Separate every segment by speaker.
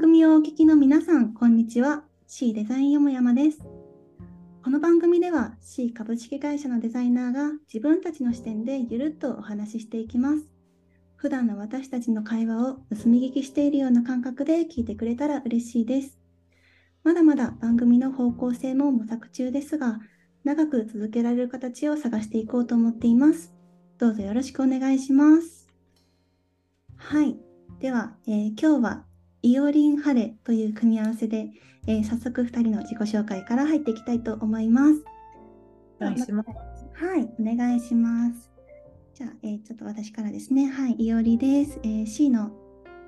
Speaker 1: 組をお聞きの皆さん、こんにちは。C デザインよもやまです。この番組では C 株式会社のデザイナーが自分たちの視点でゆるっとお話ししていきます。普段の私たちの会話を盗み聞きしているような感覚で聞いてくれたら嬉しいです。まだまだ番組の方向性も模索中ですが、長く続けられる形を探していこうと思っています。どうぞよろしくお願いします。はい。では、えー今日はイオリンハレという組み合わせで、えー早速2人の自己紹介から入っていきたいと思います。
Speaker 2: お願いします。
Speaker 1: はい、お願いします。じゃあ、えーちょっと私からですね。はい、いおりです。えー C の、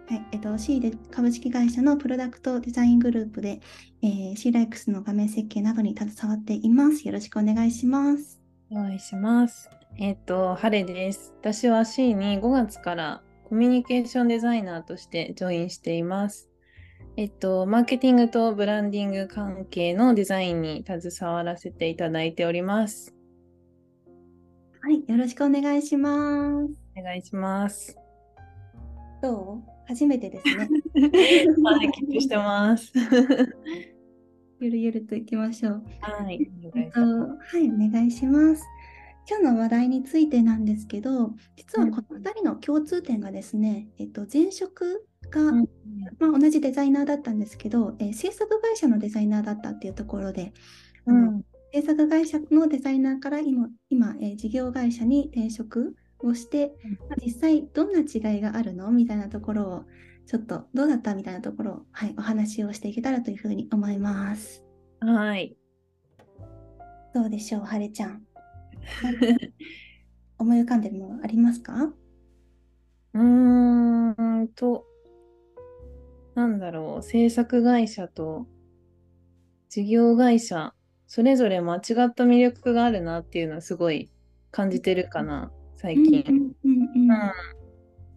Speaker 1: はい、えっ、と、C で株式会社のプロダクトデザイングループで、えー、C ライクスの画面設計などに携わっています。よろしくお願いします。
Speaker 2: お願いします。えっ、と、晴れです。私は C に5月からコミュニケーションデザイナーとしてジョインしています。えっと、マーケティングとブランディング関係のデザインに携わらせていただいております。
Speaker 1: はい、よろしくお願いします。
Speaker 2: お願いし ます。
Speaker 1: どう初めてですね。
Speaker 2: はい、緊張してます。
Speaker 1: ゆるゆるといきましょう。
Speaker 2: はい、お願
Speaker 1: え
Speaker 2: い
Speaker 1: っ
Speaker 2: し
Speaker 1: と、
Speaker 2: ま
Speaker 1: はい、お願いします。今日の話題についてなんですけど、実はこの2人の共通点がですね、えっと、前職が、
Speaker 2: ん
Speaker 1: まあ、同じデザイナーだったんですけど、えー制作会社のデザイナーだったっていうところで、あの
Speaker 2: す。
Speaker 1: 制作会社のデザイナーから今、今えー事業会社に転職をして
Speaker 2: うん、
Speaker 1: まあ、実際どんな違いがあるのみたいなところを、ちょっとどうだったみたいなところを、はい、お話をしていけたらというふうに思います。
Speaker 2: うん、はい。
Speaker 1: どうでしょう、はれちゃ ん。思い浮かんでるものありますか
Speaker 2: うーんと、なんだろう、制作会社と事業会社、それぞれ間違った魅力があるなっていうのはすごい感じてるかな、最
Speaker 1: う
Speaker 2: 近。
Speaker 1: んうんうんうん
Speaker 2: う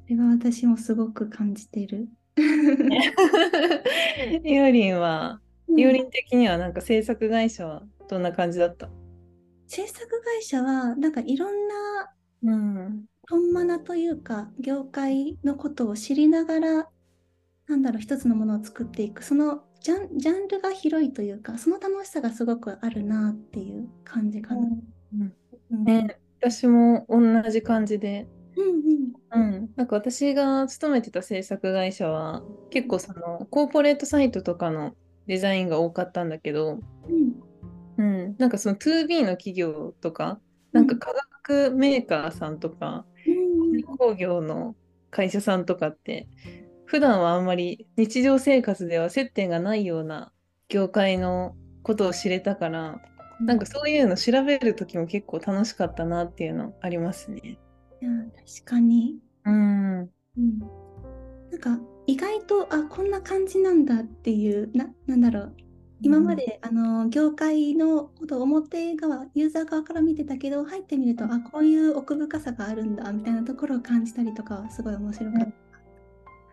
Speaker 1: こ
Speaker 2: ん
Speaker 1: れは私もすごく感じてる。
Speaker 2: イオリンは、イオリ
Speaker 1: うん
Speaker 2: ン的にはなんか制作会社はどんな感じだった
Speaker 1: 制作会社は、なんかいろんな
Speaker 2: うん。
Speaker 1: トンマナというか、業界のことを知りながら、なんだろう、一つのものを作っていく、そのジャンジャンルが広いというか、その楽しさがすごくあるなっていう感じかな。うんうん
Speaker 2: ね、私も同じ感じで、
Speaker 1: うん
Speaker 2: うん、なんか私が勤めてた制作会社は結構そのコーポレートサイトとかのデザインが多かったんだけど、
Speaker 1: うん
Speaker 2: うん、なんかその 2B の企業とかなんか化学メーカーさんとか
Speaker 1: うん
Speaker 2: 工業の会社さんとかって普段はあんまり日常生活では接点がないような業界のことを知れたから
Speaker 1: うん
Speaker 2: なんかそういうの調べる時も結構楽しかったなっていうのありますね。
Speaker 1: いや確かに
Speaker 2: うん、
Speaker 1: うんなんか意外とあこんな感じなんだっていうななんだろう今まで、あの業界のことを表側ユーザー側から見てたけど入ってみるとあこういう奥深さがあるんだみたいなところを感じたりとかはすごい面白かった。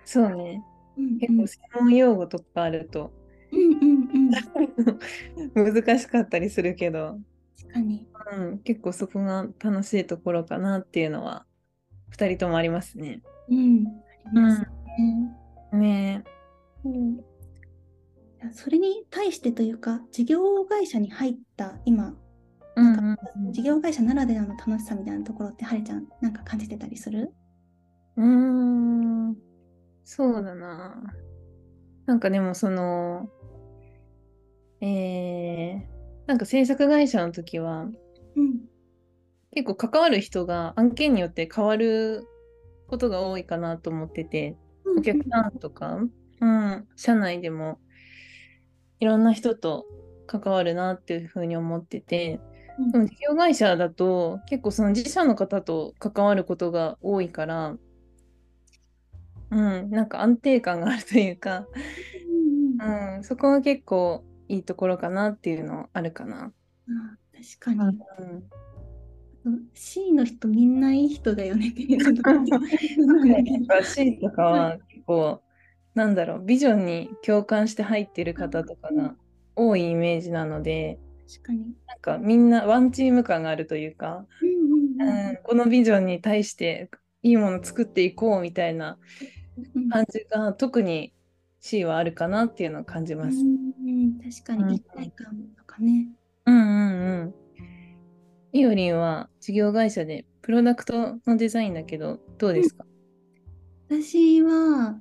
Speaker 2: そうね
Speaker 1: うん
Speaker 2: 結構専門用語とかあると
Speaker 1: うんうんうん、確
Speaker 2: 難しかったりするけど、
Speaker 1: かに
Speaker 2: うん、結構そこが楽しいところかなっていうのは2人ともありますね。
Speaker 1: うんありますね。
Speaker 2: ね
Speaker 1: うんいやそれに対してというか事業会社に入った今
Speaker 2: え、うんうんうん
Speaker 1: 事業会社ならではの楽しさみたいなところってはるちゃんなんか感じてたりする
Speaker 2: うーん、そうだな。なんかでもその、えー、なんか制作会社の時は
Speaker 1: うん
Speaker 2: 結構関わる人が案件によって変わることが多いかなと思ってて。お客さんとか、うん、社内でもいろんな人と関わるなっていうふうに思ってて、
Speaker 1: うん
Speaker 2: でも事業会社だと結構その自社の方と関わることが多いから、うん、なんか安定感があるというか、
Speaker 1: うんうんあ
Speaker 2: うん、そこが結構いいところかなっていうのあるかな。
Speaker 1: 確かに、
Speaker 2: うん、
Speaker 1: C の人みんないい人だよね
Speaker 2: なんか C とかは結構なんだろうビジョンに共感して入ってる方とかが多いイメージなので、
Speaker 1: 確かに、
Speaker 2: なんかみんなワンチーム感があるというか、
Speaker 1: うんうん
Speaker 2: うんこのビジョンに対していいもの作っていこうみたいな
Speaker 1: うん
Speaker 2: 感じが特に C はあるかなっていうのを感じます。
Speaker 1: うん確か
Speaker 2: うん
Speaker 1: に一体感とかね。
Speaker 2: うんうんうん。いおりんは事業会社でプロダクトのデザインだけどどうですか、
Speaker 1: 私は、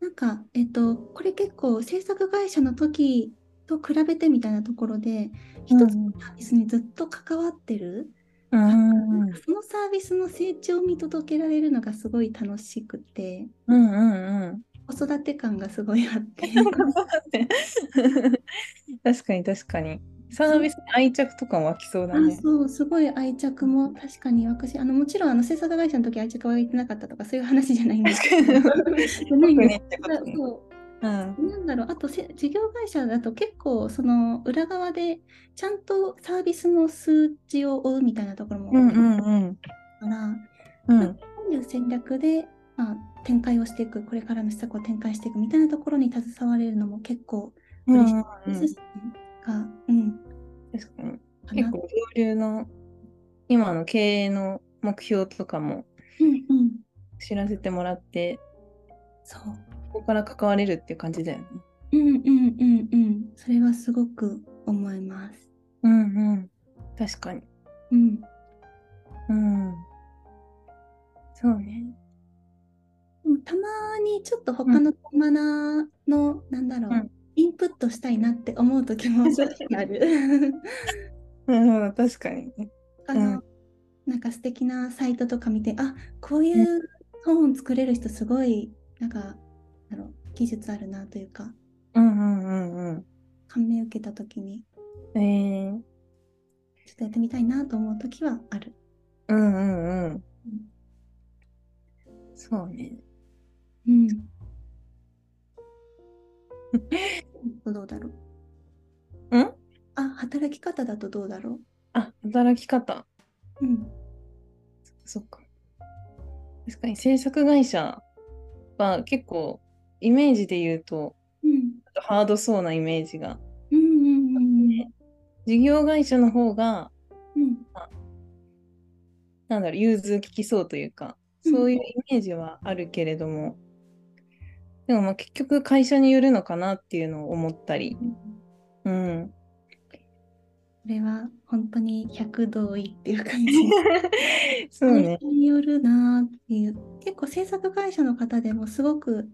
Speaker 1: なんか、えっと、これ結構制作会社の時と比べてみたいなところで、一つのサービスにずっと関わってる、
Speaker 2: うん
Speaker 1: なんかそのサービスの成長を見届けられるのがすごい楽しくて、
Speaker 2: うんうんうん。
Speaker 1: 子育て感がすごいあ って、
Speaker 2: 確かに確かに。サービスに愛着とか湧きそうだ
Speaker 1: あ
Speaker 2: ね。
Speaker 1: そう、すごい愛着も確かに私、あの、もちろんあの制作会社の時愛着湧いてなかったとかそういう話じゃないんですけど、ないん
Speaker 2: 特
Speaker 1: で
Speaker 2: に
Speaker 1: す
Speaker 2: って
Speaker 1: け
Speaker 2: こ
Speaker 1: ど
Speaker 2: とね
Speaker 1: そう
Speaker 2: うん
Speaker 1: なんだろう、あとせ事業会社だと結構その裏側でちゃんとサービスの数値を追うみたいなところも
Speaker 2: う
Speaker 1: あ
Speaker 2: ん
Speaker 1: るか
Speaker 2: うん
Speaker 1: ら、
Speaker 2: うん。う
Speaker 1: なんんかどういう戦略で、まあ、展開をしていく、これからの施策を展開していくみたいなところに携われるのも結構、
Speaker 2: うん
Speaker 1: 嬉しい
Speaker 2: うんうん
Speaker 1: ですねが、うん、
Speaker 2: 確かに
Speaker 1: かな
Speaker 2: 結構上流の今の経営の目標とかも
Speaker 1: うんうん、
Speaker 2: 知らせてもらって
Speaker 1: そう。
Speaker 2: ここから関われるっていう感じだよね。
Speaker 1: うんうんうんうん、それはすごく思います。
Speaker 2: うんうん。確かに。
Speaker 1: うん、
Speaker 2: うん。そうね。
Speaker 1: でもたまにちょっと他のマナーの、なんだろう、
Speaker 2: うん
Speaker 1: インプットしたいなって思う時も正直あ る。
Speaker 2: うん、確かに。
Speaker 1: あの、なんか素敵なサイトとか見て、あこういう本作れる人すごい、なんか、なんだろう、技術あるなというか、
Speaker 2: うんうんうん
Speaker 1: 感銘受けた時に、
Speaker 2: うん。えー、
Speaker 1: ちょっとやってみたいなと思う時はある。
Speaker 2: うんうんうん。そうね。
Speaker 1: うん。 どうだろう。
Speaker 2: ん
Speaker 1: あ、働き方だとどうだろ
Speaker 2: あ、働き方。
Speaker 1: う。うん。
Speaker 2: そっか。確かに制作会社は結構イメージで言うと
Speaker 1: うん。
Speaker 2: ハードそうなイメージが。
Speaker 1: うんうんうんうん。
Speaker 2: 事業会社の方が
Speaker 1: うん
Speaker 2: なんだろう、融通ききそうというか、
Speaker 1: うん
Speaker 2: そういうイメージはあるけれども、でもまあ結局会社によるのかなっていうのを思ったり、うん。
Speaker 1: これは本当に100同意っていう感じ。
Speaker 2: そうね。
Speaker 1: 人によるなっていう。結構制作会社の方でもすごく、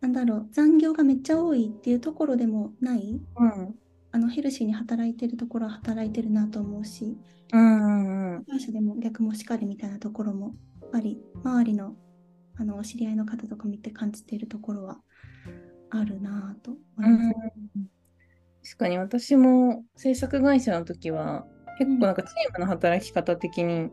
Speaker 1: なんだろう、残業がめっちゃ多いっていうところでもない、
Speaker 2: うん。
Speaker 1: あのヘルシーに働いてるところは働いてるなと思うし、
Speaker 2: うんうんうん。
Speaker 1: 会社でも逆もしかりみたいなところもあり、周りのあのお知り合いの方とか見て感じているところはあるなと思います。
Speaker 2: 確かに私も制作会社の時は、結構なんかチームの働き方的に、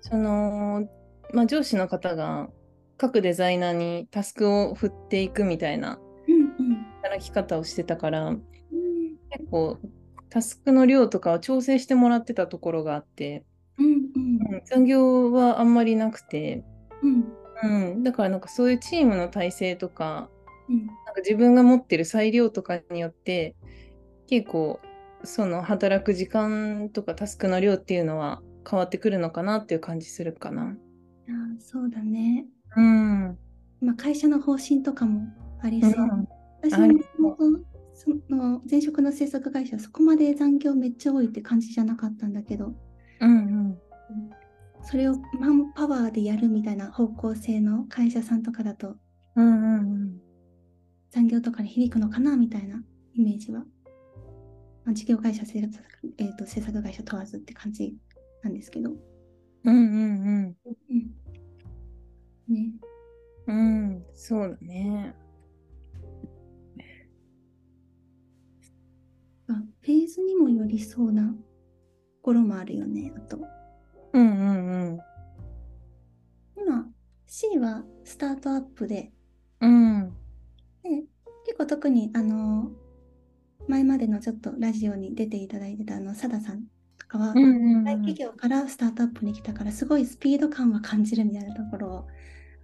Speaker 2: その、まあ上司の方が各デザイナーにタスクを振っていくみたいな
Speaker 1: うんうん
Speaker 2: 働き方をしてたから、
Speaker 1: うん
Speaker 2: 結構タスクの量とかを調整してもらってたところがあって、
Speaker 1: うんうん
Speaker 2: 残業はあんまりなくて、
Speaker 1: うん
Speaker 2: うん、だからなんかそういうチームの体制とか
Speaker 1: うん
Speaker 2: なんか自分が持ってる裁量とかによって結構その働く時間とかタスクの量っていうのは変わってくるのかなっていう感じするかな。
Speaker 1: あーそうだね。
Speaker 2: うん、うん
Speaker 1: まあ、会社の方針とかもありそう。私
Speaker 2: あ
Speaker 1: も
Speaker 2: り
Speaker 1: その前職の制作会社はそこまで残業めっちゃ多いって感じじゃなかったんだけど、
Speaker 2: うん
Speaker 1: それをマンパワーでやるみたいな方向性の会社さんとかだと
Speaker 2: うんうんうん
Speaker 1: 残業とかに響くのかなみたいなイメージは。まあ、事業会社制作、えー、と制作会社問わずって感じなんですけど。
Speaker 2: うん
Speaker 1: うんね、
Speaker 2: うんうんそうだね。
Speaker 1: あフェーズにもよりそうなところもあるよね、あと。
Speaker 2: うんうん
Speaker 1: 今 C はスタートアップで
Speaker 2: うんうん
Speaker 1: 結構特にあの前までのちょっとラジオに出ていただいてたあのサダさんとかは、
Speaker 2: うんうんうん
Speaker 1: 大企業からスタートアップに来たからすごいスピード感は感じるみたいなところを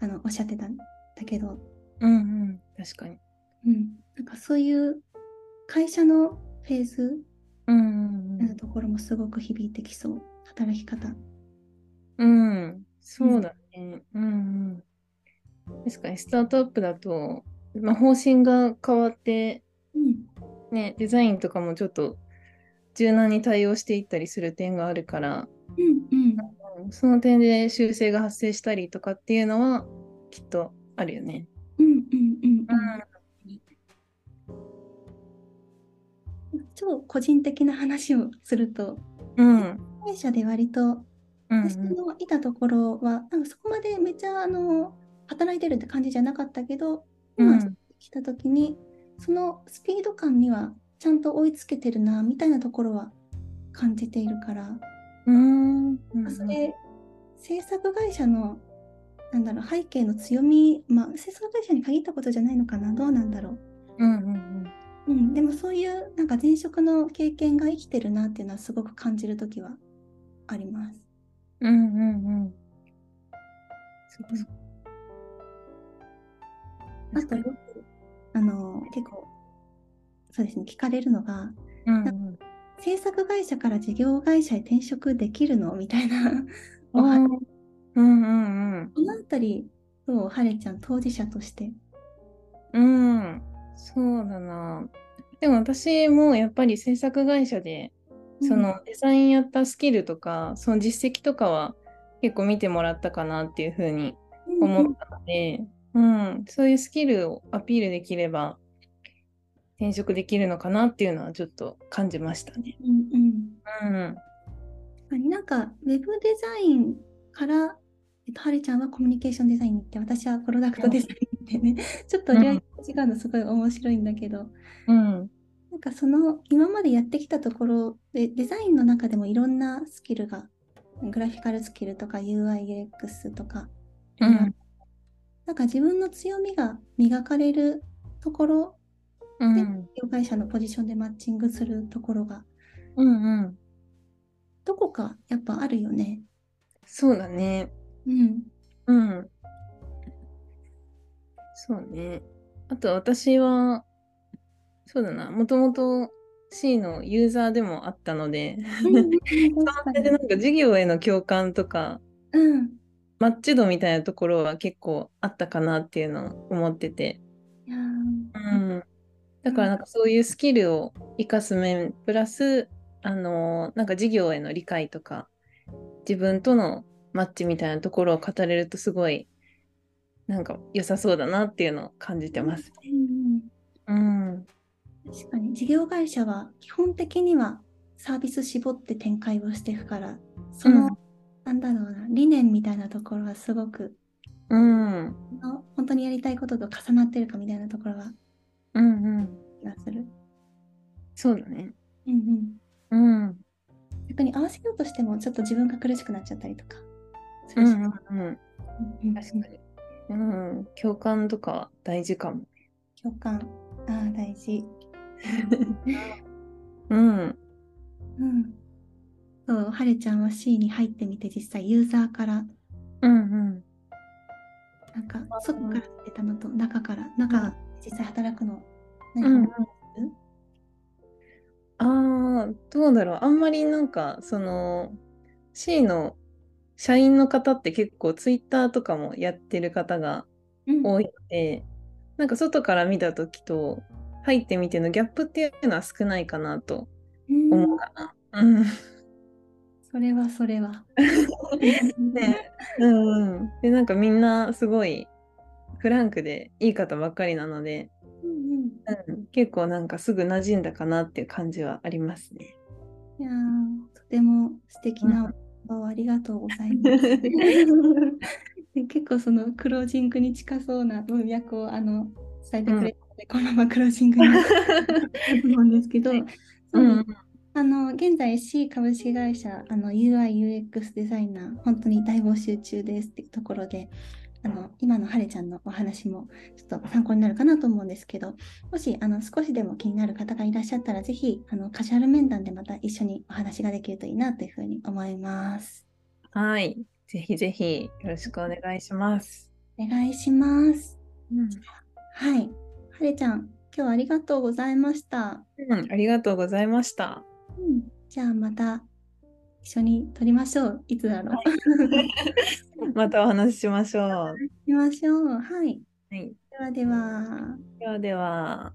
Speaker 1: あのおっしゃってたんだけど、
Speaker 2: うんうん確かに。
Speaker 1: うん、なんかそういう会社のフェーズ
Speaker 2: うんうんう
Speaker 1: みたい
Speaker 2: ん
Speaker 1: なところもすごく響いてきそう働き方。
Speaker 2: うん、そうだね。うんうん。確かにスタートアップだと、まあ、方針が変わって、
Speaker 1: うん、
Speaker 2: ね、デザインとかもちょっと柔軟に対応していったりする点があるから、
Speaker 1: うん、うん。
Speaker 2: その点で修正が発生したりとかっていうのはきっとあるよね。
Speaker 1: うんうんうんうん、超個人的な話をすると
Speaker 2: うん。うん。
Speaker 1: 弊社で割と
Speaker 2: うん
Speaker 1: 私のいたところはなんかそこまでめちゃあの働いてるって感じじゃなかったけど
Speaker 2: う
Speaker 1: 今
Speaker 2: ん。
Speaker 1: 来た時にそのスピード感にはちゃんと追いつけてるなみたいなところは感じているから、
Speaker 2: うん。
Speaker 1: まあそれ制作会社のなんだろう背景の強み、まあ、制作会社に限ったことじゃないのかなどうなんだろう
Speaker 2: うんうん
Speaker 1: うん、でもそういうなんか前職の経験が生きてるなっていうのはすごく感じるときはあります。
Speaker 2: うん。うんうんうん。そこそこ
Speaker 1: あとよくあの結構そうですね聞かれるのが
Speaker 2: うんうん。
Speaker 1: 制作会社から事業会社へ転職できるのみたいな
Speaker 2: あーうんうん
Speaker 1: このあたりどうはれちゃん当事者として。
Speaker 2: うん。うん。そうだな。でも私もやっぱり制作会社で、そのデザインやったスキルとか、その実績とかは結構見てもらったかなっていうふうに
Speaker 1: うん
Speaker 2: 思ったので、うん、そういうスキルをアピールできれば転職できるのかなっていうのはちょっと感じましたね。
Speaker 1: うんうん
Speaker 2: うん、
Speaker 1: うん、なんかウェブデザインから、えっと、はれちゃんはコミュニケーションデザインに行って私はプロダクトデザインに行ってね ちょっと両方違うのすごい面白いんだけど。
Speaker 2: うん、
Speaker 1: なんかその今までやってきたところでデザインの中でもいろんなスキルがグラフィカルスキルとか UIUX とか、
Speaker 2: うん
Speaker 1: なんか自分の強みが磨かれるところ
Speaker 2: うん、
Speaker 1: 業界者のポジションでマッチングするところが
Speaker 2: うん、うん、
Speaker 1: どこかやっぱあるよね。
Speaker 2: そうだね。
Speaker 1: うん。
Speaker 2: うん。そうね。あと私は、そうだな、もともと C のユーザーでもあったの で、
Speaker 1: 確か
Speaker 2: それで
Speaker 1: に
Speaker 2: なんか事業への共感とか、
Speaker 1: うん。
Speaker 2: マッチ度みたいなところは結構あったかなっていうのを思ってて。
Speaker 1: いやー
Speaker 2: うん、だからなんかそういうスキルを生かす面プラスあのーなんか事業への理解とか自分とのマッチみたいなところを語れるとすごいなんか良さそうだなっていうのを感じてます。
Speaker 1: うん
Speaker 2: うん、
Speaker 1: うん確かに事業会社は基本的にはサービス絞って展開をしていくからその、
Speaker 2: うん
Speaker 1: なんだろうな理念みたいなところがすごく
Speaker 2: うん、うん
Speaker 1: の本当にやりたいことと重なってるかみたいなところは
Speaker 2: うん
Speaker 1: 気がする。
Speaker 2: そうだね。
Speaker 1: うんうん、
Speaker 2: うん、うん
Speaker 1: 逆に合わせようとしてもちょっと自分が苦しくなっちゃったりとか。す
Speaker 2: う
Speaker 1: るし
Speaker 2: んうん
Speaker 1: うんうん
Speaker 2: 確かに。うん、共感とかは大事かも。
Speaker 1: 共感あー大事。
Speaker 2: うん、
Speaker 1: うん。そうはるちゃんは C に入ってみて実際ユーザーから
Speaker 2: うん、
Speaker 1: なんか
Speaker 2: うん
Speaker 1: 外から出たのと中から中実際働くの
Speaker 2: うん、
Speaker 1: 何
Speaker 2: うん
Speaker 1: か。
Speaker 2: ああ、どうだろう。あんまりなんか、その、C の社員の方って結構 Twitter とかもやってる方が
Speaker 1: うん
Speaker 2: 多いので、なんか外から見た時と入ってみてのギャップっていうのは少ないかなと
Speaker 1: うん
Speaker 2: 思うかな。うん。
Speaker 1: それはそれ は。
Speaker 2: ね。うんうん。で、なんかみんなすごいフランクでいい方ばっかりなので、
Speaker 1: うんうん
Speaker 2: うん、結構なんかすぐ馴染んだかなっていう感じはあります ね。
Speaker 1: いやーとても素敵なお言葉をありがとうございます。 結構そのクロージングに近そうな文脈をあの伝えてくれたので、このままクロージングになると思うんですけど、
Speaker 2: はい
Speaker 1: そうですあの現在 C 株式会社あの UIUX デザイナー本当に大募集中ですっていうところであの今のはれちゃんのお話もちょっと参考になるかなと思うんですけどもしあの少しでも気になる方がいらっしゃったらぜひあのカジュアル面談でまた一緒にお話ができるといいなというふうに思います。
Speaker 2: はい。ぜひぜひよろしくお願いします。
Speaker 1: お願いします。
Speaker 2: うん、
Speaker 1: はい。はれちゃん今日はありがとうございました。
Speaker 2: ありがとうございました。
Speaker 1: うん、じゃあまた一緒に撮りましょう。いつだろう。
Speaker 2: またお話ししましょう。は
Speaker 1: 撮りましょう。はい。
Speaker 2: い。
Speaker 1: ではでは。
Speaker 2: ではでは。